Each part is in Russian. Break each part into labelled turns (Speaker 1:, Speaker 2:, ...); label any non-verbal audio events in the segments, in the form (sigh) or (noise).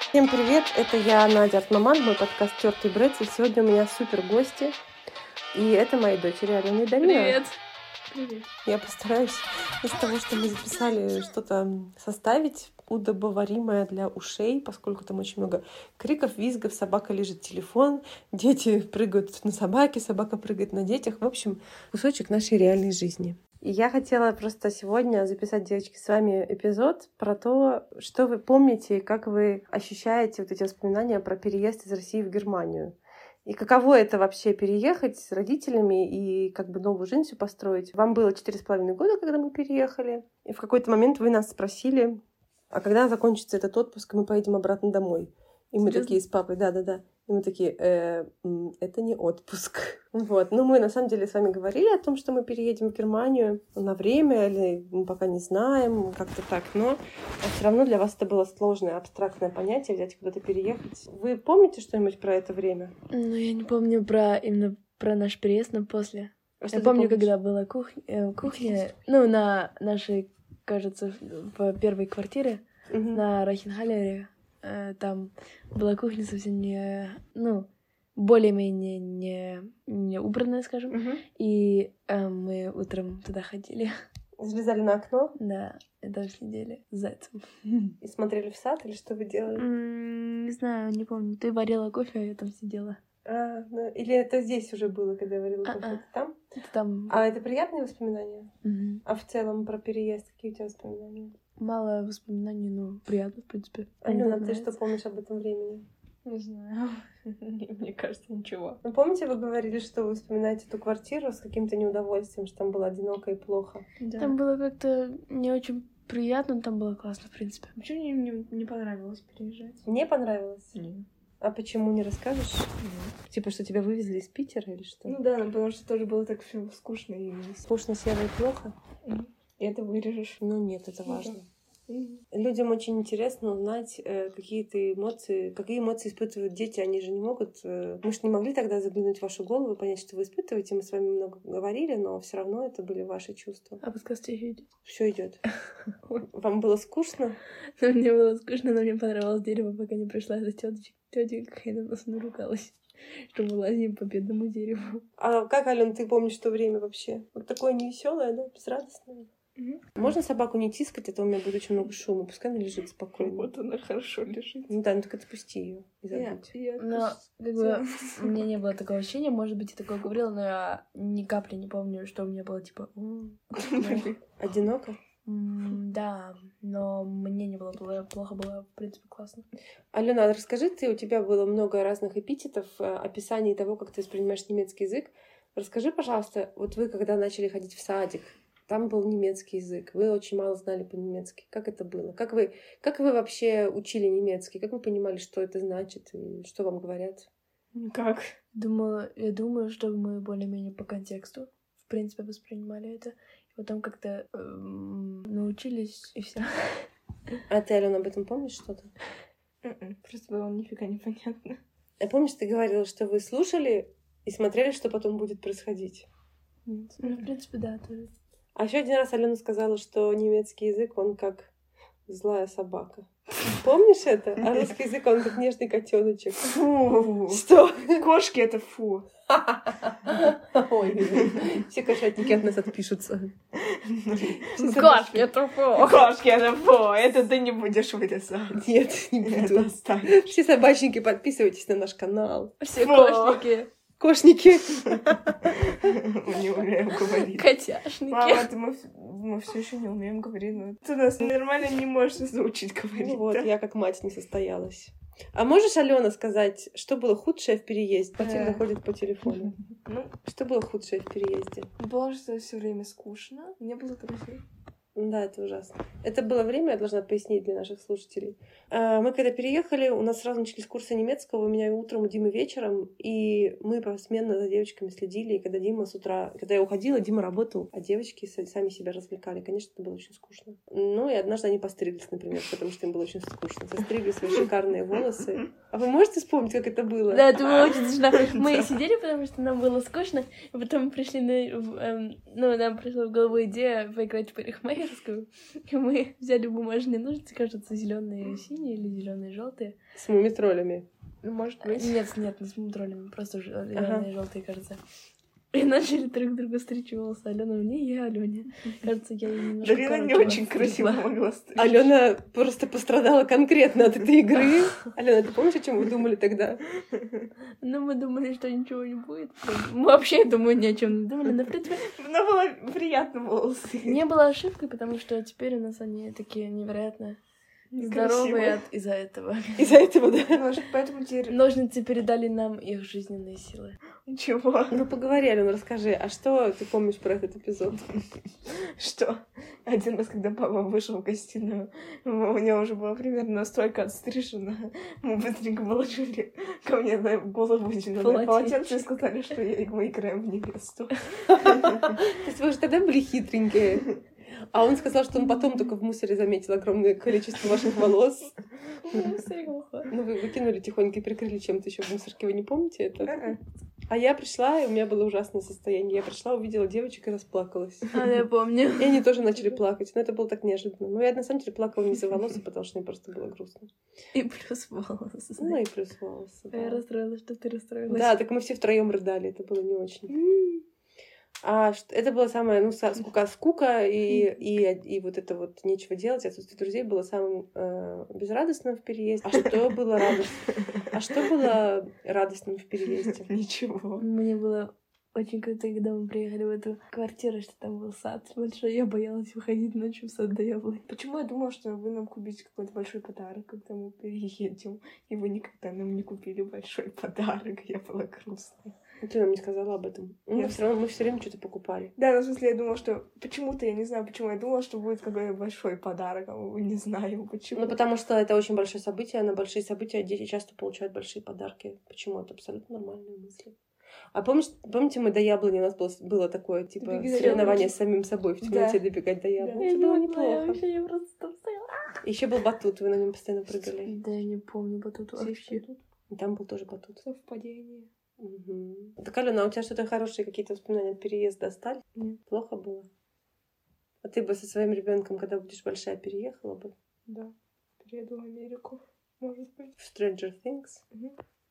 Speaker 1: Всем привет, это я, Надя Артмаман, мой подкаст «Тертый Брэдс», и сегодня у меня супер гости, и это мои дочери Алена и Дарина.
Speaker 2: Привет. Привет.
Speaker 1: Я постараюсь из того, что мы записали, что-то составить удобоваримое для ушей, поскольку там очень много криков, визгов, собака лежит телефон, дети прыгают на собаке, собака прыгает на детях. В общем, кусочек нашей реальной жизни. И я хотела просто сегодня записать, девочки, с вами эпизод про то, что вы помните, как вы ощущаете вот эти воспоминания про переезд из России в Германию. И каково это вообще переехать с родителями и как бы новую жизнь всю построить? Вам было четыре с половиной года, когда мы переехали, и в какой-то момент вы нас спросили, а когда закончится этот отпуск, мы поедем обратно домой. И мы
Speaker 2: Серьёзно?
Speaker 1: такие с папой, да-да-да. И мы такие, «Э, м, это не отпуск. (laughs) Вот. Ну, мы на самом деле с вами говорили о том, что мы переедем в Германию на время, или мы пока не знаем, как-то так. Но все равно для вас это было сложное, абстрактное понятие взять и куда-то переехать. Вы помните что-нибудь про это время?
Speaker 2: Ну, я не помню про именно про наш переезд, но после.
Speaker 1: А что
Speaker 2: я
Speaker 1: ты
Speaker 2: помню,
Speaker 1: помнишь?
Speaker 2: когда была кухня, э, кухня ну, на нашей, кажется, в первой квартире,
Speaker 1: Мгм.
Speaker 2: на Рахенхалере, э, там была кухня совсем не, ну, более-менее не, не убранная, скажем.
Speaker 1: Мгм.
Speaker 2: И э, мы утром туда ходили, (laughs)
Speaker 1: Залезали на окно
Speaker 2: да, и там следили за зайцем.
Speaker 1: и смотрели в сад, или что вы делали?
Speaker 2: М, Не знаю, не помню. Ты варила кофе, а я там сидела.
Speaker 1: А, ну, или это здесь уже было, когда я варила
Speaker 2: А-а.
Speaker 1: кофе, это там?
Speaker 2: Ты там...
Speaker 1: А это приятные воспоминания?
Speaker 2: Мгм.
Speaker 1: А в целом про переезд какие у тебя воспоминания?
Speaker 2: Мало воспоминаний, но приятно, в принципе.
Speaker 1: Алена, ты что помнишь об этом времени?
Speaker 3: Не знаю.
Speaker 2: (laughs)
Speaker 3: Мне кажется, ничего.
Speaker 1: Ну, помните, вы говорили, что вы вспоминаете эту квартиру с каким-то неудовольствием, что там было одиноко и плохо?
Speaker 2: Там было как-то не очень приятно, но там было классно, в принципе.
Speaker 3: Вообще мне не, не понравилось переезжать.
Speaker 1: Не понравилось?
Speaker 3: Нет.
Speaker 1: А почему не расскажешь? Типа, что тебя вывезли из Питера или что?
Speaker 3: Ну да, ну, потому что тоже было так все скучно и...
Speaker 1: Скучно, серо и плохо?
Speaker 3: и это вырежешь.
Speaker 1: Ну нет, это
Speaker 3: Ну да.
Speaker 1: важно. Людям очень интересно узнать, э, какие ты эмоции, какие эмоции испытывают дети. Они же не могут. э, Мы же не могли тогда заглянуть в вашу голову и понять, что вы испытываете. Мы с вами много говорили, но все равно это были ваши чувства.
Speaker 2: А подкаст еще идет.
Speaker 1: Все
Speaker 3: (laughs)
Speaker 1: идет. Вам было скучно?
Speaker 2: (laughs) Ну, мне было скучно, но мне понравилось дерево, пока не пришла эта теточка. Тетя какая-то нас наругалась, (laughs) что мы лазим по бедному дереву.
Speaker 1: А как, Ален, ты помнишь то время вообще? Вот такое невеселое, да? Безрадостное.
Speaker 3: Мгм.
Speaker 1: Можно собаку не тискать, а то у меня будет очень много шума. Пускай она лежит спокойно.
Speaker 3: Вот она хорошо лежит.
Speaker 1: Ну да, ну так отпусти ее и забудь.
Speaker 3: Я- я
Speaker 2: Но,
Speaker 3: просто-
Speaker 2: как бы, у меня не было такого ощущения. Может быть, я такое говорила, но я ни капли не помню, что у меня было, типа... «М, плохо».
Speaker 1: Одиноко?
Speaker 2: М, Да, но мне не было пло- плохо, было, в принципе, классно.
Speaker 1: Алена, а расскажи ты, у тебя было много разных эпитетов, э, описаний того, как ты воспринимаешь немецкий язык. Расскажи, пожалуйста, вот вы когда начали ходить в садик, там был немецкий язык, вы очень мало знали по-немецки. Как это было? Как вы, как вы вообще учили немецкий? Как вы понимали, что это значит и что вам говорят?
Speaker 3: Никак.
Speaker 2: Думаю, я думаю, что мы более-менее по контексту, в принципе, воспринимали это. И потом как-то эм, научились, и все.
Speaker 1: А ты, Алена, об этом помнишь что-то?
Speaker 3: Мгм. Просто было нифига непонятно.
Speaker 1: А помнишь, ты говорила, что вы слушали и смотрели, что потом будет происходить?
Speaker 3: Нет.
Speaker 2: Ну, в принципе, да, тоже.
Speaker 1: А еще один раз Алена сказала, что немецкий язык, он как злая собака. Помнишь это? А русский язык, он как нежный котеночек.
Speaker 3: Фу!
Speaker 1: Что?
Speaker 3: Кошки это фу.
Speaker 1: Ой, все кошатники от нас отпишутся.
Speaker 2: Кошки, это
Speaker 3: Кошки это фу. Это ты не будешь вырезать.
Speaker 1: Нет, не
Speaker 3: Это
Speaker 1: буду.
Speaker 3: оставь.
Speaker 1: Все собачники, подписывайтесь на наш канал.
Speaker 2: Все
Speaker 3: Фу.
Speaker 2: кошники,
Speaker 1: Кошники.
Speaker 3: Не умеем говорить.
Speaker 2: котяшники.
Speaker 3: Мама, ты- мы, все еще не умеем говорить, но ты нас нормально не можешь научить говорить.
Speaker 1: Ну вот,
Speaker 3: да?
Speaker 1: я как мать не состоялась. А можешь, Алена, сказать, что было худшее в переезде? Потеря
Speaker 3: Э.
Speaker 1: ходит по телефону.
Speaker 3: Ну,
Speaker 1: Что было худшее в переезде?
Speaker 3: было, что все время скучно. Не было друзей.
Speaker 1: Да, это ужасно. Это было время, я должна пояснить для наших слушателей. А, Мы когда переехали, у нас сразу начались курсы немецкого, у меня утром, у Димы вечером, и мы посменно за девочками следили, и когда Дима с утра, когда я уходила, Дима работал, а девочки са- сами себя развлекали. Конечно, это было очень скучно. Ну и однажды они постриглись, например, потому что им было очень скучно. Застригли свои шикарные волосы. А вы можете вспомнить, как это было?
Speaker 2: Да, это
Speaker 3: А,
Speaker 2: было очень смешно. Мы сидели, потому что нам было скучно, и потом пришли на... в, эм, ну, нам пришла в голову идея поиграть в парикмахер. веганскую. И мы взяли бумажные ножницы, кажется, зеленые и синие или зеленые и желтые.
Speaker 1: С мумитролями.
Speaker 3: Ну, может быть.
Speaker 2: Нет, нет, не с мумитролями, просто зеленые и желтые, кажется. И начали друг друга стричь волосы. Алена мне, я Алене. Кажется, я ей немножко
Speaker 3: Дарина не
Speaker 2: короче
Speaker 3: очень
Speaker 2: вас
Speaker 3: красиво
Speaker 2: стригла.
Speaker 3: могла стричь. (laughs)
Speaker 1: Алена просто пострадала конкретно от этой игры. Алена, ты помнишь, о чем вы думали тогда?
Speaker 2: Но Ну, мы думали, что ничего не будет. Мы вообще, я думаю, ни о чем не думали. Но, в принципе,
Speaker 3: Но было приятно волосы.
Speaker 2: не было ошибкой, потому что теперь у нас они такие невероятно здоровые
Speaker 3: Красивые.
Speaker 2: от- из-за этого.
Speaker 1: Из-за этого, да?
Speaker 3: Ну, Может, поэтому теперь...
Speaker 2: Ножницы передали нам их жизненные силы.
Speaker 3: Ничего. (laughs)
Speaker 1: Ну, поговори, Алена, расскажи, а что ты помнишь про этот эпизод?
Speaker 3: Что? Один раз, когда папа вышел в гостиную, м, у него уже была примерно столько отстрижена. Мы быстренько положили ко мне на голову зеленое
Speaker 2: Полотенчик.
Speaker 3: полотенце и сказали, что я- мы играем в (laughs) невесту.
Speaker 1: То есть вы уже тогда были хитренькие. А он сказал, что он потом только в мусоре заметил огромное количество ваших волос. Ну, вы выкинули тихонько и прикрыли чем-то еще в мусорке, вы не помните это?
Speaker 3: Э-э.
Speaker 1: А я пришла, и у меня было ужасное состояние. Я пришла, увидела девочек и расплакалась.
Speaker 2: А, я помню.
Speaker 1: И они тоже начали плакать, но это было так неожиданно. Ну, я на самом деле плакала не за волосы, потому что мне просто было грустно.
Speaker 2: И плюс волосы.
Speaker 1: Ну, и плюс волосы.
Speaker 2: А Я
Speaker 1: да.
Speaker 2: расстроилась, что ты расстроилась.
Speaker 1: Да, так мы все втроем рыдали, это было не очень. А ш- это было самое, ну, са- скука, скука и, и, а, и вот это вот нечего делать, отсутствие друзей было самым э, безрадостным в переезде. А что было радостным? А что было радостным в переезде?
Speaker 3: Ничего.
Speaker 2: Мне было очень круто, когда мы приехали в эту квартиру, что там был сад большой. Я боялась выходить ночью в сад до яблони.
Speaker 3: Почему я думала, что вы нам купите какой-то большой подарок, когда мы переедем, и вы никогда нам не купили большой подарок, я была грустная.
Speaker 1: Ну, Ты нам не сказала об этом. Ну, Мы
Speaker 3: Нет.
Speaker 1: все равно мы все время что-то покупали.
Speaker 3: Да, ну, в смысле, я думала, что почему-то, я не знаю, почему я думала, что будет какой-то большой подарок, а мы- не знаю, почему.
Speaker 1: Ну, потому что это очень большое событие, а на большие события дети часто получают большие подарки. Почему? Это абсолютно нормальные мысли. А помнишь, помните, мы до яблони, у нас было, было такое, типа,
Speaker 3: Добегать до
Speaker 1: соревнование
Speaker 3: яблони.
Speaker 1: с самим собой в темноте
Speaker 3: Да.
Speaker 1: добегать до яблони.
Speaker 2: Я
Speaker 1: Это
Speaker 2: не
Speaker 1: было
Speaker 2: могла, Я
Speaker 1: неплохо.
Speaker 2: вообще я просто там стояла.
Speaker 1: Еще был батут, вы на нем постоянно прыгали.
Speaker 2: Да, я не помню батут вообще.
Speaker 1: И Там был тоже батут.
Speaker 3: Совпадение.
Speaker 1: Мгм. Так, Алена, а у тебя что-то хорошие какие-то воспоминания от переезда остались?
Speaker 3: Нет.
Speaker 1: Плохо было? А ты бы со своим ребенком, когда будешь большая, переехала бы
Speaker 3: Да. Приеду в Америку. Может быть.
Speaker 1: в Stranger Things?
Speaker 3: Мгм.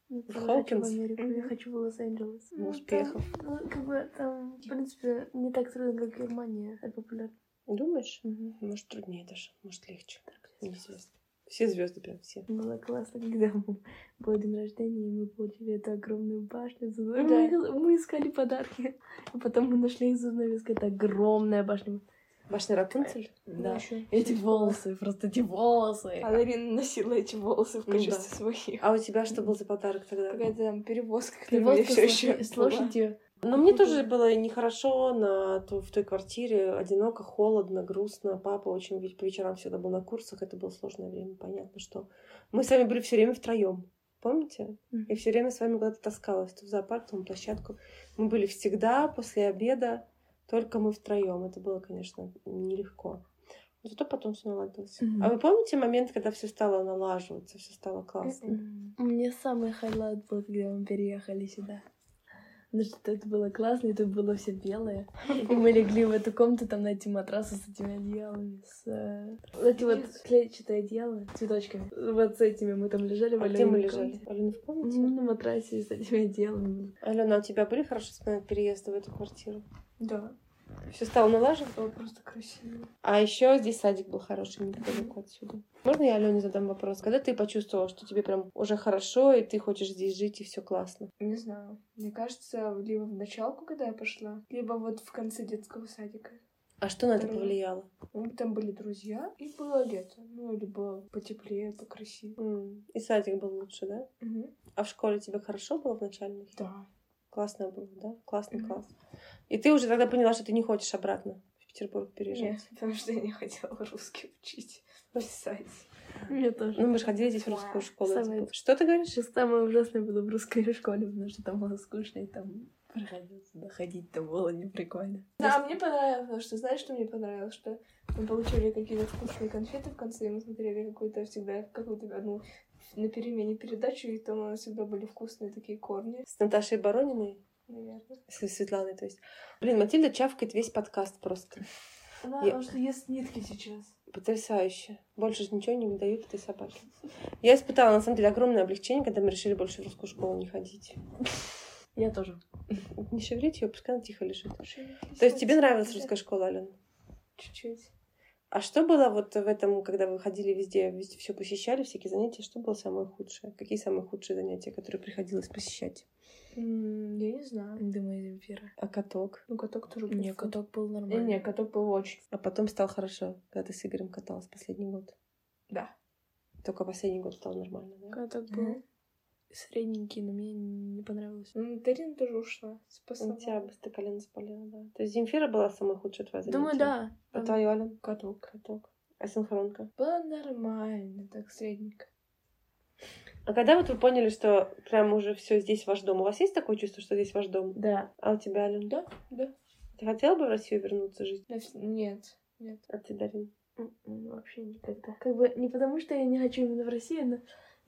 Speaker 2: Я
Speaker 1: В
Speaker 2: правда хочу в
Speaker 1: Хокинс?
Speaker 2: Америку, я
Speaker 3: Мгм.
Speaker 2: хочу в Лос-Анджелес.
Speaker 1: Ну,
Speaker 2: Ну,
Speaker 1: успехов.
Speaker 2: там, ну, как бы там, в принципе, не так трудно, как Германия. Это популярно.
Speaker 1: Думаешь? Может, труднее даже, может, легче. Неизвестно. Все звезды прям все.
Speaker 2: Было классно, когда мы- был день рождения, и мы получили эту огромную башню. с зубами.
Speaker 3: Да.
Speaker 2: Мы, мы искали подарки, а потом мы нашли из занавеска это огромная башня.
Speaker 1: Башня Рапунцель?
Speaker 2: Да.
Speaker 3: Еще.
Speaker 2: Эти волосы, просто эти волосы.
Speaker 3: А Дарина носила эти волосы в
Speaker 1: Э, Ну да.
Speaker 3: качестве своих.
Speaker 1: А у тебя что был за подарок тогда?
Speaker 3: Какая-то там перевозка,
Speaker 2: Перевозка
Speaker 3: которая все
Speaker 2: с лошадь-
Speaker 3: еще
Speaker 2: с лошадью.
Speaker 1: Но Ну, мне тоже было нехорошо на, ту- в той квартире. Одиноко, холодно, грустно. Папа очень ведь по вечерам всегда был на курсах. Это было сложное время, понятно, что. Мы с вами были все время втроем. Помните? Я все время с вами куда-то таскалась. То в зоопарк, то на площадку. Мы были всегда после обеда. Только мы втроем. Это было, конечно, нелегко. Но Зато потом все наладилось.
Speaker 2: Мгм.
Speaker 1: А вы помните момент, когда все стало налаживаться, все стало классно?
Speaker 2: М, М-м.
Speaker 3: М-м.
Speaker 2: Мне самый хайлайт был, когда мы переехали сюда. Ну что это было классно, и тут было все белое. И мы легли в эту комнату, там на эти матрасы с этими одеялами, с... э, вот Эти вот клетчатые одеяла с цветочками. Вот с этими мы там лежали. в
Speaker 1: А где мы
Speaker 2: Алениной
Speaker 1: лежали?
Speaker 2: комнате.
Speaker 1: Алена, вы помните?
Speaker 2: Ну, на матрасе с этими одеялами.
Speaker 1: Алена, а у тебя были хорошие воспоминания от переезда в эту квартиру?
Speaker 3: Да.
Speaker 1: Все стало налажено?
Speaker 3: Было просто красиво.
Speaker 1: А еще здесь садик был хороший, недалеко отсюда. Можно я Алене задам вопрос? Когда ты почувствовала, что тебе прям уже хорошо, и ты хочешь здесь жить, и все классно?
Speaker 3: Не знаю. Мне кажется, либо в началку, когда я пошла, либо вот в конце детского садика.
Speaker 1: А что на это
Speaker 3: Здорово.
Speaker 1: повлияло?
Speaker 3: Ну, Там были друзья, и было лето. Ну, либо потеплее, покрасивее.
Speaker 1: М, И садик был лучше, да? А в школе тебе хорошо было в начальной?
Speaker 3: Да.
Speaker 1: Классно было, да? Классный
Speaker 3: Мгм.
Speaker 1: класс. И ты уже тогда поняла, что ты не хочешь обратно в Петербург переезжать?
Speaker 3: Нет, потому что я не хотела русский учить, (laughs) писать.
Speaker 2: Мне тоже.
Speaker 1: Ну, мы же ходили здесь в русскую школу. это
Speaker 2: Самое-
Speaker 1: было- Что ты говоришь?
Speaker 2: Сейчас самое ужасное было в русской (laughs) школе, потому что там было скучно, и там приходилось туда ходить, там было неприкольно.
Speaker 3: Да, мне понравилось, потому что знаешь, что мне понравилось? Что мы получили какие-то вкусные конфеты в конце, и мы смотрели какую-то всегда, какую-то одну ну, на перемене передачу, и там у нас всегда были вкусные такие корни,
Speaker 1: С Наташей Борониной?
Speaker 3: наверное.
Speaker 1: С Светланой, то есть. Блин, Матильда чавкает весь подкаст просто.
Speaker 3: Она
Speaker 1: Я-
Speaker 3: уже ест нитки сейчас.
Speaker 1: Потрясающе. Больше же ничего не дают этой собаке. Я испытала, на самом деле, огромное облегчение, когда мы решили больше в русскую школу не ходить.
Speaker 2: Я тоже.
Speaker 1: Не шевелить ее, пускай она тихо лежит. То
Speaker 3: То
Speaker 1: есть тебе нравилась русская школа, Алена?
Speaker 3: Чуть-чуть.
Speaker 1: А что было вот в этом, когда вы ходили везде, везде все посещали, всякие занятия, что было самое худшее? Какие самые худшие занятия, которые приходилось посещать?
Speaker 3: М, Я не знаю.
Speaker 2: Думаю, Земфира.
Speaker 1: А каток?
Speaker 3: Ну, каток тоже
Speaker 2: Не,
Speaker 3: плохо.
Speaker 2: каток был
Speaker 3: Э,
Speaker 2: нормальный.
Speaker 3: Не, каток был очень.
Speaker 1: А потом стал хорошо, когда ты с Игорем каталась последний год.
Speaker 3: Да.
Speaker 1: Только последний год стал нормально, да?
Speaker 2: Каток
Speaker 3: был
Speaker 2: был средненький, но мне не понравилось.
Speaker 3: Ну, Тарина тоже ушла.
Speaker 1: У
Speaker 3: Спасла.
Speaker 1: тебя быстро колено заболело, да. То есть Земфира была самая худшая твоя занятие?
Speaker 2: Думаю, да.
Speaker 1: А твоя, Ален?
Speaker 3: Каток.
Speaker 1: Каток. А синхронка?
Speaker 3: Было нормально, так средненько.
Speaker 1: А когда вот вы поняли, что прям уже все здесь ваш дом? У вас есть такое чувство, что здесь ваш дом?
Speaker 3: Да.
Speaker 1: А у тебя, Ален?
Speaker 3: Да? Да.
Speaker 1: Ты хотела бы в Россию вернуться жить?
Speaker 3: Да, вс- Нет. Нет.
Speaker 1: А ты, (laughs) Дарин?
Speaker 2: Вообще никогда. Как бы не потому, что я не хочу именно в Россию, но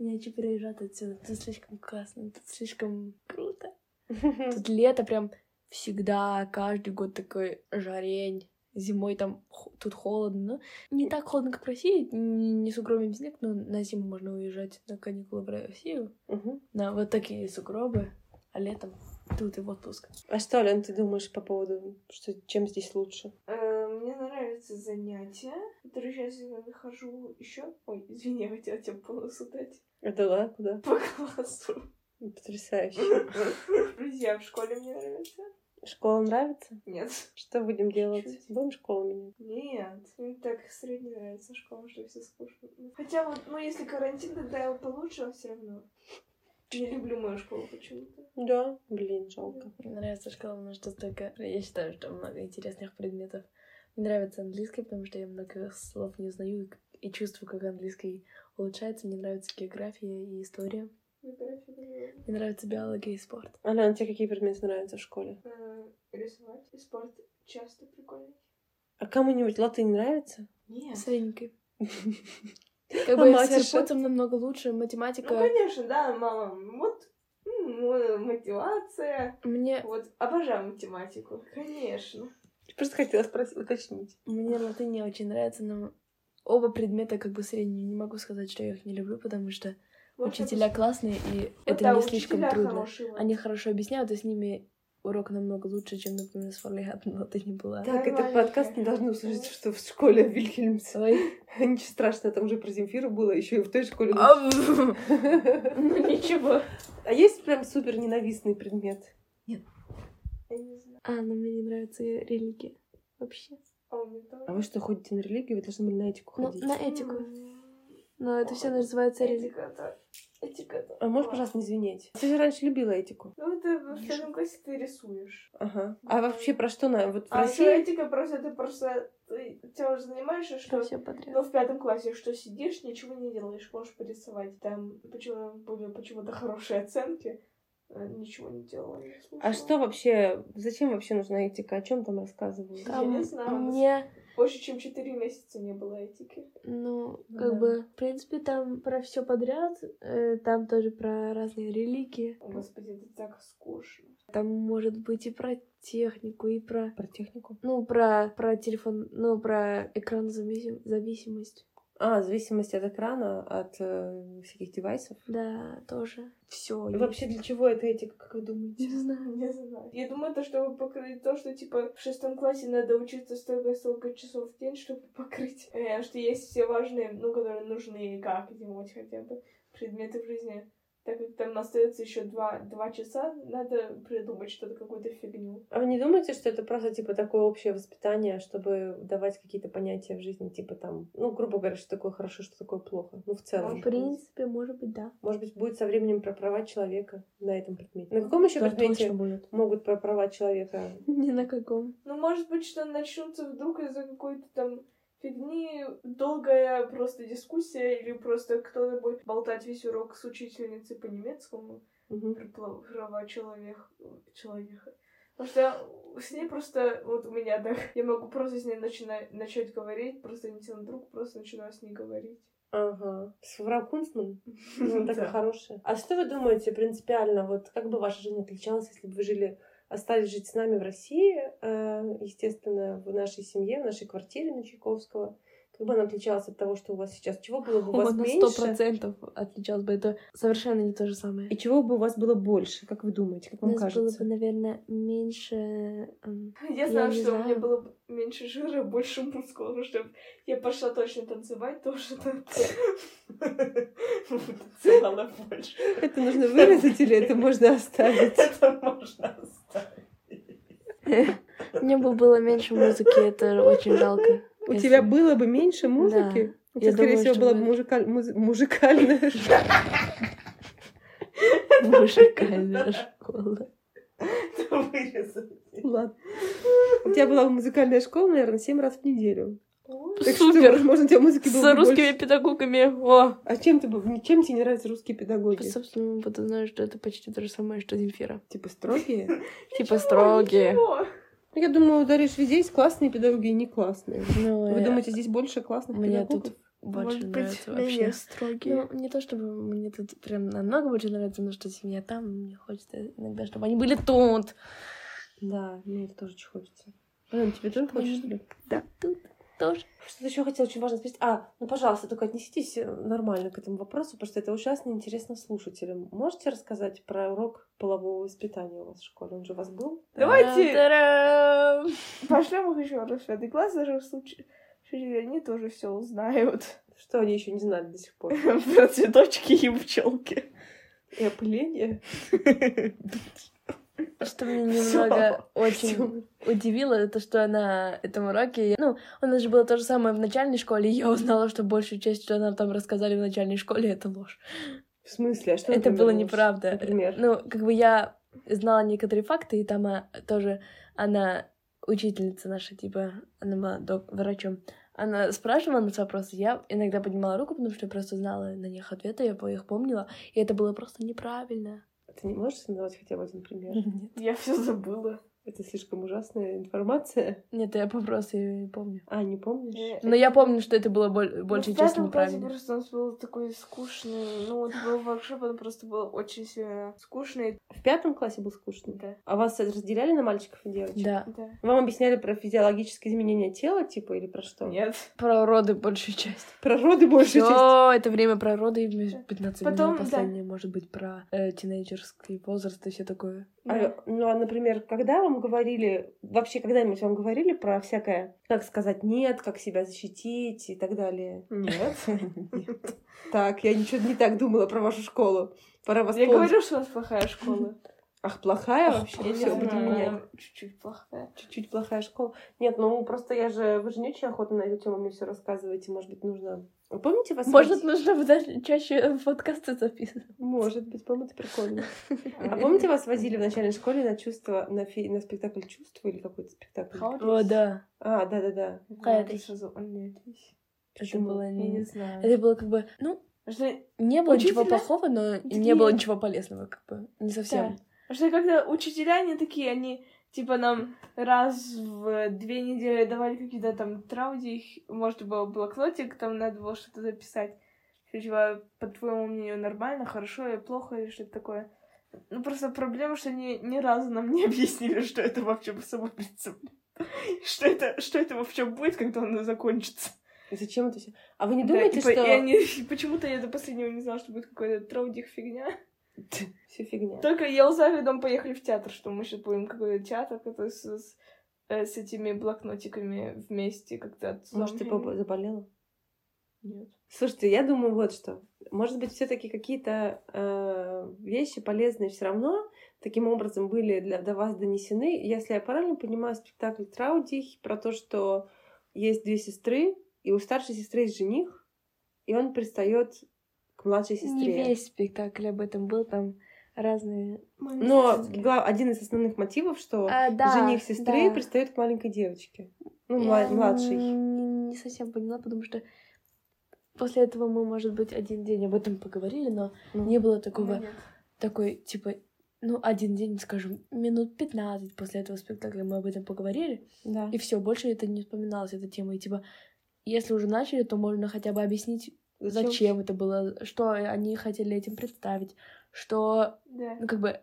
Speaker 2: не хочу переезжать отсюда. Тут слишком классно, тут слишком круто. Тут лето прям всегда, каждый год такой жарень. Зимой там хо- тут холодно. но Не так холодно, как в России, не, не с угробом снег, но на зиму можно уезжать на каникулы в Россию.
Speaker 1: Мгм.
Speaker 2: На вот такие сугробы, а летом тут и в отпуск.
Speaker 1: А что, Лен, ты думаешь по поводу, что, чем здесь лучше?
Speaker 3: Э, Мне нравятся занятия, которые сейчас я нахожу еще. Ой, извини, я хотела тебе полосу дать
Speaker 1: Это да, куда?
Speaker 3: по классу.
Speaker 1: Потрясающе.
Speaker 3: Друзья в школе мне нравятся.
Speaker 1: Школа нравится?
Speaker 3: Нет.
Speaker 1: Что будем делать?
Speaker 3: Чуть-чуть.
Speaker 1: Будем школу менять?
Speaker 3: Нет. Мне так средне нравится школа, что все скучно. Хотя вот, ну если карантин, тогда получше, а все равно. Не люблю мою школу почему-то.
Speaker 1: Да. Блин, жалко.
Speaker 2: Мне нравится школа, потому что столько... Я считаю, что много интересных предметов. Мне нравится английский, потому что я много слов не узнаю и, и чувствую, как английский улучшается. Мне нравится география и история.
Speaker 3: География, наверное.
Speaker 2: Мне нравится биология и спорт.
Speaker 1: А, Лен, тебе какие предметы нравятся в школе?
Speaker 3: Э, Рисовать и спорт часто прикольный.
Speaker 1: А кому-нибудь латынь нравится?
Speaker 3: Нет. (laughs)
Speaker 2: Средненький. Как
Speaker 1: А
Speaker 2: бы с
Speaker 1: матиша?
Speaker 2: Ирпутом намного лучше.
Speaker 3: Ну,
Speaker 2: Математика...
Speaker 3: конечно, да, мама. Вот м, э, мотивация.
Speaker 2: Мне,
Speaker 3: Вот, обожаю математику, конечно.
Speaker 1: Просто хотела спросить, уточнить.
Speaker 2: мне латынь не очень нравится, но оба предмета как бы средние. Не могу сказать, что я их не люблю, потому что учителя классные, и это не слишком трудно. Они хорошо объясняют, и с ними урок намного лучше, чем, например, с Форлиат, (laughs) но ты не была.
Speaker 1: Так, А этот
Speaker 3: Нормально.
Speaker 1: подкаст не должны услышать, что в школе Вильхельмс.
Speaker 2: Ой.
Speaker 1: (laughs) Ничего страшного, там уже про Земфиру было, еще и в той школе.
Speaker 2: Ну
Speaker 1: А
Speaker 2: (laughs) ничего.
Speaker 1: есть прям супер ненавистный предмет?
Speaker 3: Я не знаю.
Speaker 2: А, ну мне не нравится религия. Вообще.
Speaker 3: А у меня
Speaker 1: А
Speaker 3: тоже.
Speaker 1: вы что, ходите на религию? Вы должны были на этику
Speaker 2: Ну,
Speaker 1: ходить.
Speaker 2: на этику.
Speaker 3: М,
Speaker 2: Но это все называется религия.
Speaker 3: Этика, да. Этика, да.
Speaker 1: А можешь, пожалуйста, не извинять? Ты же раньше любила этику.
Speaker 3: Ну, это во
Speaker 2: Не
Speaker 3: втором классе ты рисуешь.
Speaker 1: Ага. А вообще про что на вот в
Speaker 3: А еще
Speaker 1: России?
Speaker 3: этика просто, ты просто, ты тебя уже занимаешься, что...
Speaker 2: Все подряд.
Speaker 3: Ну, в пятом классе, что сидишь, ничего не делаешь, можешь порисовать. Там почему были почему-то хорошие оценки, э, ничего не делала, не
Speaker 1: А
Speaker 3: слушала.
Speaker 1: что вообще? Зачем вообще нужна этика? О чем там рассказывают?
Speaker 3: Да. я не знала.
Speaker 2: мне,
Speaker 3: Больше, чем четыре месяца не было этики.
Speaker 2: ну,
Speaker 1: Ну да.
Speaker 2: как бы, в принципе, там про все подряд. э, Там тоже про разные религии.
Speaker 3: О, Господи, это так скучно.
Speaker 2: Там может быть и про технику, и про...
Speaker 1: Про технику?
Speaker 2: Ну, про, про телефон, ну, про экранозависим- зависимость.
Speaker 1: А, зависимость от экрана, от э, всяких девайсов.
Speaker 2: Да, тоже. Все.
Speaker 1: И вообще для чего это этика, как вы думаете?
Speaker 2: Не знаю.
Speaker 3: Не знаю. Я думаю, то, чтобы покрыть то, что, типа, в шестом классе надо учиться столько-столько часов в день, чтобы покрыть. э, что есть все важные, ну, которые нужны, как нибудь хотя бы, предметы в жизни. Так как там остается еще два, два часа, надо придумать что-то, какую-то фигню.
Speaker 1: А вы не думаете, что это просто типа такое общее воспитание, чтобы давать какие-то понятия в жизни, типа там, ну, грубо говоря, что такое хорошо, что такое плохо. Ну, в целом.
Speaker 2: В принципе, может быть, да.
Speaker 1: Может быть, будет со временем про права человека на этом предмете.
Speaker 2: Ну,
Speaker 1: На каком еще
Speaker 2: Да,
Speaker 1: предмете
Speaker 2: точно будет.
Speaker 1: могут про права человека?
Speaker 2: (laughs) Ни на каком.
Speaker 3: Ну, может быть, что начнутся вдруг из-за какой-то там фигни долгая просто дискуссия или просто кто-то будет болтать весь урок с учительницей по немецкому.
Speaker 1: Мгм.
Speaker 3: про пла- права человек, человека. Потому что с ней просто, вот у меня так, я могу просто с ней начина- начать говорить, просто не на друг, просто начинаю с ней говорить.
Speaker 1: Ага. С Фрау Кунцман? Ну, такая
Speaker 3: Да.
Speaker 1: хорошая. А что вы думаете принципиально, вот как бы ваша жизнь отличалась, если бы вы жили остались жить с нами в России, э, естественно, в нашей семье, в нашей квартире на Чайковского. Как бы она отличалась от того, что у вас сейчас? Чего было бы у вас
Speaker 2: Вот на сто
Speaker 1: меньше?
Speaker 2: процентов отличалось бы. Это совершенно не то же самое.
Speaker 1: И чего бы у вас было больше? Как вы думаете, как
Speaker 2: У
Speaker 1: вам
Speaker 2: нас было
Speaker 1: кажется?
Speaker 2: бы, наверное, меньше... эм,
Speaker 3: Я знаю,
Speaker 2: не
Speaker 3: что у меня
Speaker 2: знаю.
Speaker 3: было бы меньше жира, (laughs) больше мускулов, потому что я пошла точно танцевать, тоже
Speaker 2: (laughs)
Speaker 3: танцевала больше.
Speaker 1: Это нужно вырезать или это можно (laughs) оставить?
Speaker 3: Это можно оставить.
Speaker 2: Мне бы было меньше музыки, это очень жалко.
Speaker 1: У
Speaker 2: Если-
Speaker 1: тебя было бы меньше музыки? У тебя,
Speaker 2: Я
Speaker 1: скорее
Speaker 2: думаю,
Speaker 1: всего,
Speaker 2: что
Speaker 1: была бы
Speaker 2: будет.
Speaker 1: музыкаль- муз- (laughs) мужикальная жизнь.
Speaker 2: Мужикальная школа.
Speaker 3: Это вырезать.
Speaker 1: Ладно. У тебя была бы музыкальная школа, наверное, семь раз в неделю. Так
Speaker 2: Супер!
Speaker 1: что, можно, у тебя музыки было
Speaker 2: С
Speaker 1: бы
Speaker 2: русскими
Speaker 1: больше.
Speaker 2: педагогами. О!
Speaker 1: А чем, ты, бы- чем тебе не нравятся русские педагоги?
Speaker 2: По собственному опыту знаю, что это почти то же самое, что Земфира.
Speaker 1: Типа строгие?
Speaker 2: Типа строгие.
Speaker 3: Ничего.
Speaker 1: Ну, я думаю, у Дарьи Шведей есть классные педагоги и не классные.
Speaker 2: Ну,
Speaker 1: Вы
Speaker 2: э,
Speaker 1: думаете, здесь больше классных
Speaker 2: мне
Speaker 1: педагогов?
Speaker 2: тут больше
Speaker 3: Может быть,
Speaker 2: нравится
Speaker 3: менее
Speaker 2: вообще.
Speaker 3: строгие.
Speaker 2: Ну, не то чтобы мне тут прям намного больше нравится, но что семья там, мне хочется иногда, чтобы они были тут.
Speaker 1: Да, мне это тоже очень хочется. Алена, тебе тоже хочешь, что ли?
Speaker 2: Да, тут тоже.
Speaker 1: Что-то еще хотела очень важно спросить. А, ну, пожалуйста, только отнеситесь э, нормально к этому вопросу, потому что это ужасно интересно слушателям. Можете рассказать про урок полового воспитания у вас в школе? Он же у вас был?
Speaker 3: Давайте
Speaker 2: Та-дам!
Speaker 3: пошлем их еще раз в пятый класс, даже в случае, что они тоже все узнают (laughs)
Speaker 1: Что они еще не знали до сих пор?
Speaker 3: про цветочки и пчелки.
Speaker 1: И опыление?
Speaker 2: Что меня немного (laughs) очень
Speaker 1: Всё.
Speaker 2: удивило, это что на этом уроке... Ну, у нас же было то же самое в начальной школе, и я узнала, что большую часть, что нам там рассказали в начальной школе, это ложь.
Speaker 1: В смысле? А что,
Speaker 2: это
Speaker 1: например,
Speaker 2: было
Speaker 1: у вас?
Speaker 2: неправда.
Speaker 1: Например?
Speaker 2: Ну, как бы я знала некоторые факты, и там а, тоже она, учительница наша, типа, она была док- врачом, она спрашивала нас вопросы, я иногда поднимала руку, потому что я просто знала на них ответы, я по- их помнила, и это было просто
Speaker 3: (laughs)
Speaker 2: неправильно.
Speaker 1: А Ты не можешь назвать хотя бы один пример?
Speaker 2: Нет,
Speaker 3: Я все забыла.
Speaker 1: Это слишком ужасная информация. (laughs)
Speaker 2: Нет, я просто её не помню.
Speaker 1: А, не помнишь?
Speaker 2: Но я помню, что это было боль-
Speaker 3: Ну,
Speaker 2: большей
Speaker 3: в
Speaker 2: частью
Speaker 3: пятом классе
Speaker 2: неправильно.
Speaker 3: просто у нас был такой скучный, ну, это был воркшоп, он просто был очень сильно скучный.
Speaker 1: В пятом классе был скучный?
Speaker 3: Да.
Speaker 1: А вас разделяли на мальчиков и девочек?
Speaker 2: Да,
Speaker 3: Да.
Speaker 1: Вам объясняли про физиологические изменения тела, типа, или про что?
Speaker 3: Нет.
Speaker 2: про роды большую часть.
Speaker 1: Про роды больше
Speaker 2: Все, это время про роды, и мне 15
Speaker 3: Потом,
Speaker 2: минут
Speaker 3: да.
Speaker 2: последнее, может быть, про э, тинейджерский возраст и все такое.
Speaker 3: Да.
Speaker 1: А, ну, а, например, когда вам говорили, вообще когда-нибудь вам говорили про всякое, как сказать нет, как себя защитить и так далее?
Speaker 3: Нет.
Speaker 1: Нет. (laughs) Так, я ничего не так думала про вашу школу. Пора вас
Speaker 3: Я говорю, что у нас плохая школа.
Speaker 1: Ах, плохая
Speaker 2: Ах,
Speaker 1: вообще?
Speaker 3: Я
Speaker 1: Я
Speaker 2: плохая.
Speaker 1: сейчас
Speaker 3: всё
Speaker 1: буду
Speaker 3: буду
Speaker 1: менять.
Speaker 3: менять. Чуть-чуть плохая.
Speaker 1: Чуть-чуть плохая школа. Нет, ну просто я же, вы же не очень охотно на эту тему мне все рассказываете. Может быть, нужно... Вы Помните вас?
Speaker 2: Может, ну, нужно даже чаще подкасты записывать.
Speaker 1: Может быть, по-моему, это прикольно. А помните, вас возили в начальной школе на чувство, на, фи- на спектакль чувства или какой-то спектакль?
Speaker 2: О, да.
Speaker 1: А, да-да-да.
Speaker 2: Какая ты? Это
Speaker 1: Почему?
Speaker 2: было
Speaker 3: Я
Speaker 2: не...
Speaker 3: не знаю.
Speaker 2: Это было как бы, ну,
Speaker 3: Что-
Speaker 2: не было ничего
Speaker 3: Учителя
Speaker 2: плохого, но и не
Speaker 3: такие-
Speaker 2: было ничего полезного, как бы, не совсем.
Speaker 3: Потому что когда учителя, они такие, они типа нам раз в две недели давали какие-то там трауди, может, был блокнотик, там надо было что-то записать. Что, типа, по твоему мнению, нормально, хорошо и плохо, и что-то такое. Ну, просто проблема, что они ни разу нам не (laughs) объяснили, что это вообще по собой представляет. Что это, что это вообще будет, когда оно закончится.
Speaker 1: И Зачем это все? А вы не
Speaker 3: Да,
Speaker 1: думаете,
Speaker 3: типа,
Speaker 1: что...
Speaker 3: И
Speaker 1: (laughs)
Speaker 3: они... Почему-то я до последнего не знала, что будет какой-то траудих фигня.
Speaker 1: Все фигня.
Speaker 3: Только я с Давидом поехали в театр, что мы сейчас будем какой-то театр, который с, с, э, с этими блокнотиками вместе как-то
Speaker 1: Может, ты
Speaker 3: отзомбили.
Speaker 1: папа заболела?
Speaker 3: Нет.
Speaker 1: Слушайте, я думаю, вот что. Может быть, все-таки какие-то э, вещи полезные все равно таким образом были для, до вас донесены. Если я правильно понимаю, спектакль Траудих про то, что есть две сестры, и у старшей сестры есть жених, и он пристает к младшей
Speaker 2: Не
Speaker 1: сестре.
Speaker 2: весь спектакль об этом был, там разные...
Speaker 1: Но гла- один из основных мотивов, что
Speaker 2: А, да,
Speaker 1: жених сестры
Speaker 2: да.
Speaker 1: пристает к маленькой девочке. Ну,
Speaker 2: Я
Speaker 1: мла- младшей.
Speaker 2: Не, не совсем поняла, потому что после этого мы, может быть, один день об этом поговорили, но
Speaker 1: Ну.
Speaker 2: не было такого, такой, типа, ну, один день, скажем, минут 15 после этого спектакля мы об этом поговорили,
Speaker 1: Да.
Speaker 2: и все, больше это не вспоминалось, эта тема, и типа, если уже начали, то можно хотя бы объяснить, зачем это было, что они хотели этим представить, что,
Speaker 3: Да.
Speaker 2: ну, как бы,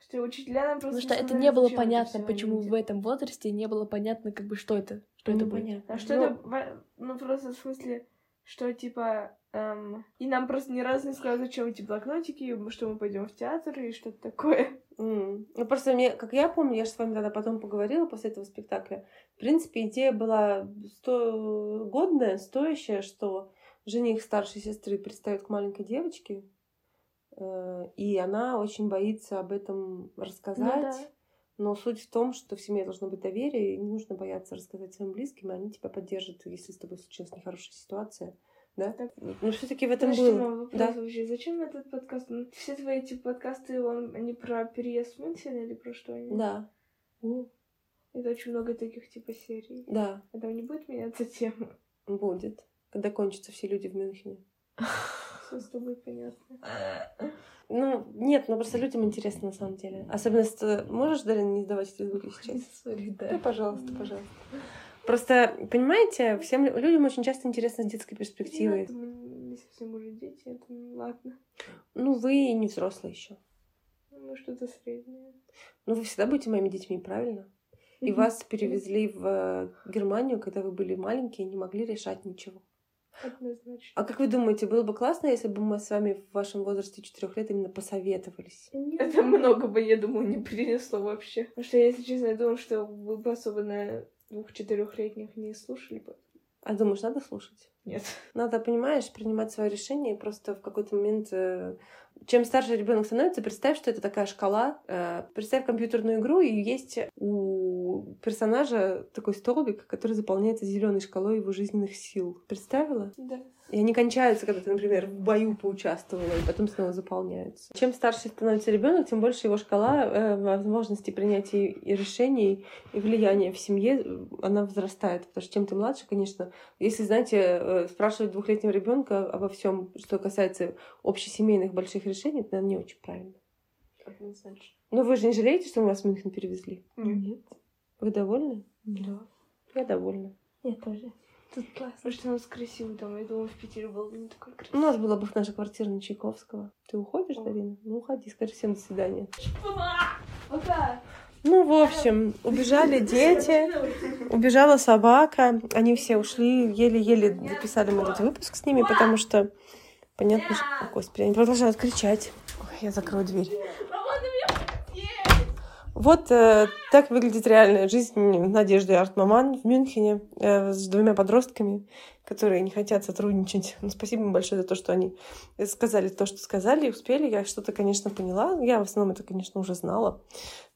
Speaker 3: Что учителя нам просто...
Speaker 2: потому что это не
Speaker 3: сказали,
Speaker 2: было
Speaker 3: зачем
Speaker 2: понятно,
Speaker 3: всё
Speaker 2: почему
Speaker 3: видят.
Speaker 2: в этом возрасте не было понятно, как бы, что это, что это будет.
Speaker 3: А что
Speaker 1: Ну,
Speaker 3: это... ва- Ну, просто в смысле, что, типа... эм, и нам просто ни разу не сказали, зачем эти блокнотики, что мы пойдем в театр и что-то такое.
Speaker 1: М. Ну, просто мне, как я помню, я же с вами тогда потом поговорила после этого спектакля. В принципе, идея была сто... годная, стоящая, что жених старшей сестры пристает к маленькой девочке, э, и она очень боится об этом рассказать. Но суть в том, что в семье должно быть доверие, и не нужно бояться рассказать своим близким, и они тебя поддержат, если с тобой случилась нехорошая ситуация. Да?
Speaker 3: Так.
Speaker 1: Но все-таки в этом
Speaker 3: Подожди, мой
Speaker 1: было.
Speaker 3: вопрос
Speaker 1: Да.
Speaker 3: вообще. Зачем этот подкаст? Ну, Все твои эти подкасты, он, они про переезд в Мюнхен или про что они?
Speaker 1: Да. О,
Speaker 3: Это очень много таких типа серий.
Speaker 1: Да,
Speaker 3: А там не будет меняться тема?
Speaker 1: будет. Когда кончатся все люди в Мюнхене.
Speaker 3: Все с тобой понятно.
Speaker 1: Ну, нет, ну просто людям интересно на самом деле. Особенно, с- можешь, Дарина, не сдавать эти звуки сейчас?
Speaker 2: Сори,
Speaker 1: Да,
Speaker 2: да.
Speaker 1: пожалуйста, пожалуйста. Просто, понимаете, всем лю- людям очень часто интересно с детской перспективы.
Speaker 3: Это мы не совсем уже дети, это ну, ладно.
Speaker 1: Ну, вы и не взрослые еще.
Speaker 3: Ну, что-то среднее.
Speaker 1: Ну, вы всегда будете моими детьми, правильно? И вас перевезли в э, Германию, когда вы были маленькие и не могли решать ничего.
Speaker 3: Однозначно.
Speaker 1: А как вы думаете, было бы классно, если бы мы с вами в вашем возрасте четырех лет именно посоветовались?
Speaker 3: Это много бы, я думаю, не принесло вообще. Потому что, если честно, я думаю, что вы бы особо на двух-четырехлетних не слушали бы.
Speaker 1: А думаешь, надо слушать?
Speaker 3: Нет.
Speaker 1: Надо, понимаешь, принимать свое решение и просто в какой-то момент... э, Чем старше ребенок становится, представь, что это такая шкала. э, Представь компьютерную игру, и есть у персонажа такой столбик, который заполняется зеленой шкалой его жизненных сил. Представила?
Speaker 3: Да.
Speaker 1: И они кончаются, когда ты, например, в бою поучаствовала, и потом снова заполняются. Чем старше становится ребенок, тем больше его шкала э, возможностей принятия и решений и влияния в семье, э, она возрастает. Потому что чем ты младше, конечно, если, знаете, э, спрашивать двухлетнего ребенка обо всем, что касается общесемейных больших решений, это, наверное, не очень правильно.
Speaker 3: Однозначно.
Speaker 1: Но вы же не жалеете, что мы вас в Мюнхен перевезли?
Speaker 3: Нет.
Speaker 1: Вы довольны?
Speaker 3: Да.
Speaker 1: Я довольна.
Speaker 2: Я тоже. Тут классно.
Speaker 3: Потому что у нас красивый дом. Я думаю, в Питере был не такой
Speaker 1: У
Speaker 3: красивый.
Speaker 1: нас была бы наша квартира на Чайковского. Ты уходишь, Дарина? Ну, уходи, скажи всем до свидания.
Speaker 3: Пока!
Speaker 1: Ну, в общем, убежали дети, убежала собака. Они все ушли, еле-еле дописали мы этот выпуск с ними, потому что понятно, что... О, Господи, они продолжают кричать. Ой, я закрою дверь. Вот э, так выглядит реальная жизнь Надежды Артмаман в Мюнхене э, с двумя подростками, которые не хотят сотрудничать. Ну, спасибо им большое за то, что они сказали то, что сказали, и успели. Я что-то, конечно, поняла. Я в основном это, конечно, уже знала.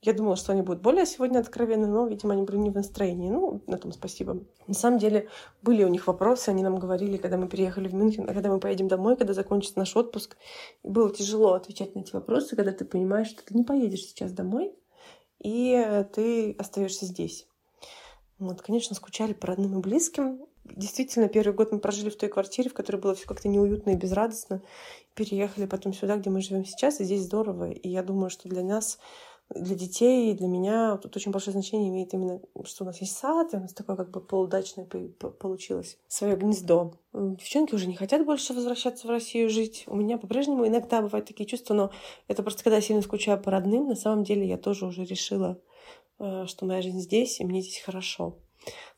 Speaker 1: Я думала, что они будут более сегодня откровенны, но, видимо, они были не в настроении. Ну, на том спасибо. На самом деле, были у них вопросы, они нам говорили, когда мы приехали в Мюнхен, а когда мы поедем домой, когда закончится наш отпуск. И было тяжело отвечать на эти вопросы, когда ты понимаешь, что ты не поедешь сейчас домой, и э, ты остаешься здесь. Вот, конечно, скучали по родным и близким. Действительно, первый год мы прожили в той квартире, в которой было все как-то неуютно и безрадостно. Переехали потом сюда, где мы живем сейчас, и здесь здорово. И я думаю, что для нас для детей и для меня тут очень большое значение имеет именно, что у нас есть сад, и у нас такое как бы полудачное по- по- получилось свое гнездо. М, Девчонки уже не хотят больше возвращаться в Россию жить. У меня по-прежнему иногда бывают такие чувства, но это просто когда я сильно скучаю по родным, на самом деле я тоже уже решила, э, что моя жизнь здесь, и мне здесь хорошо.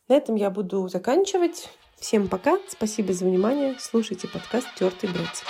Speaker 1: На этом я буду заканчивать. Всем пока, спасибо за внимание, слушайте подкаст «Тертый братец».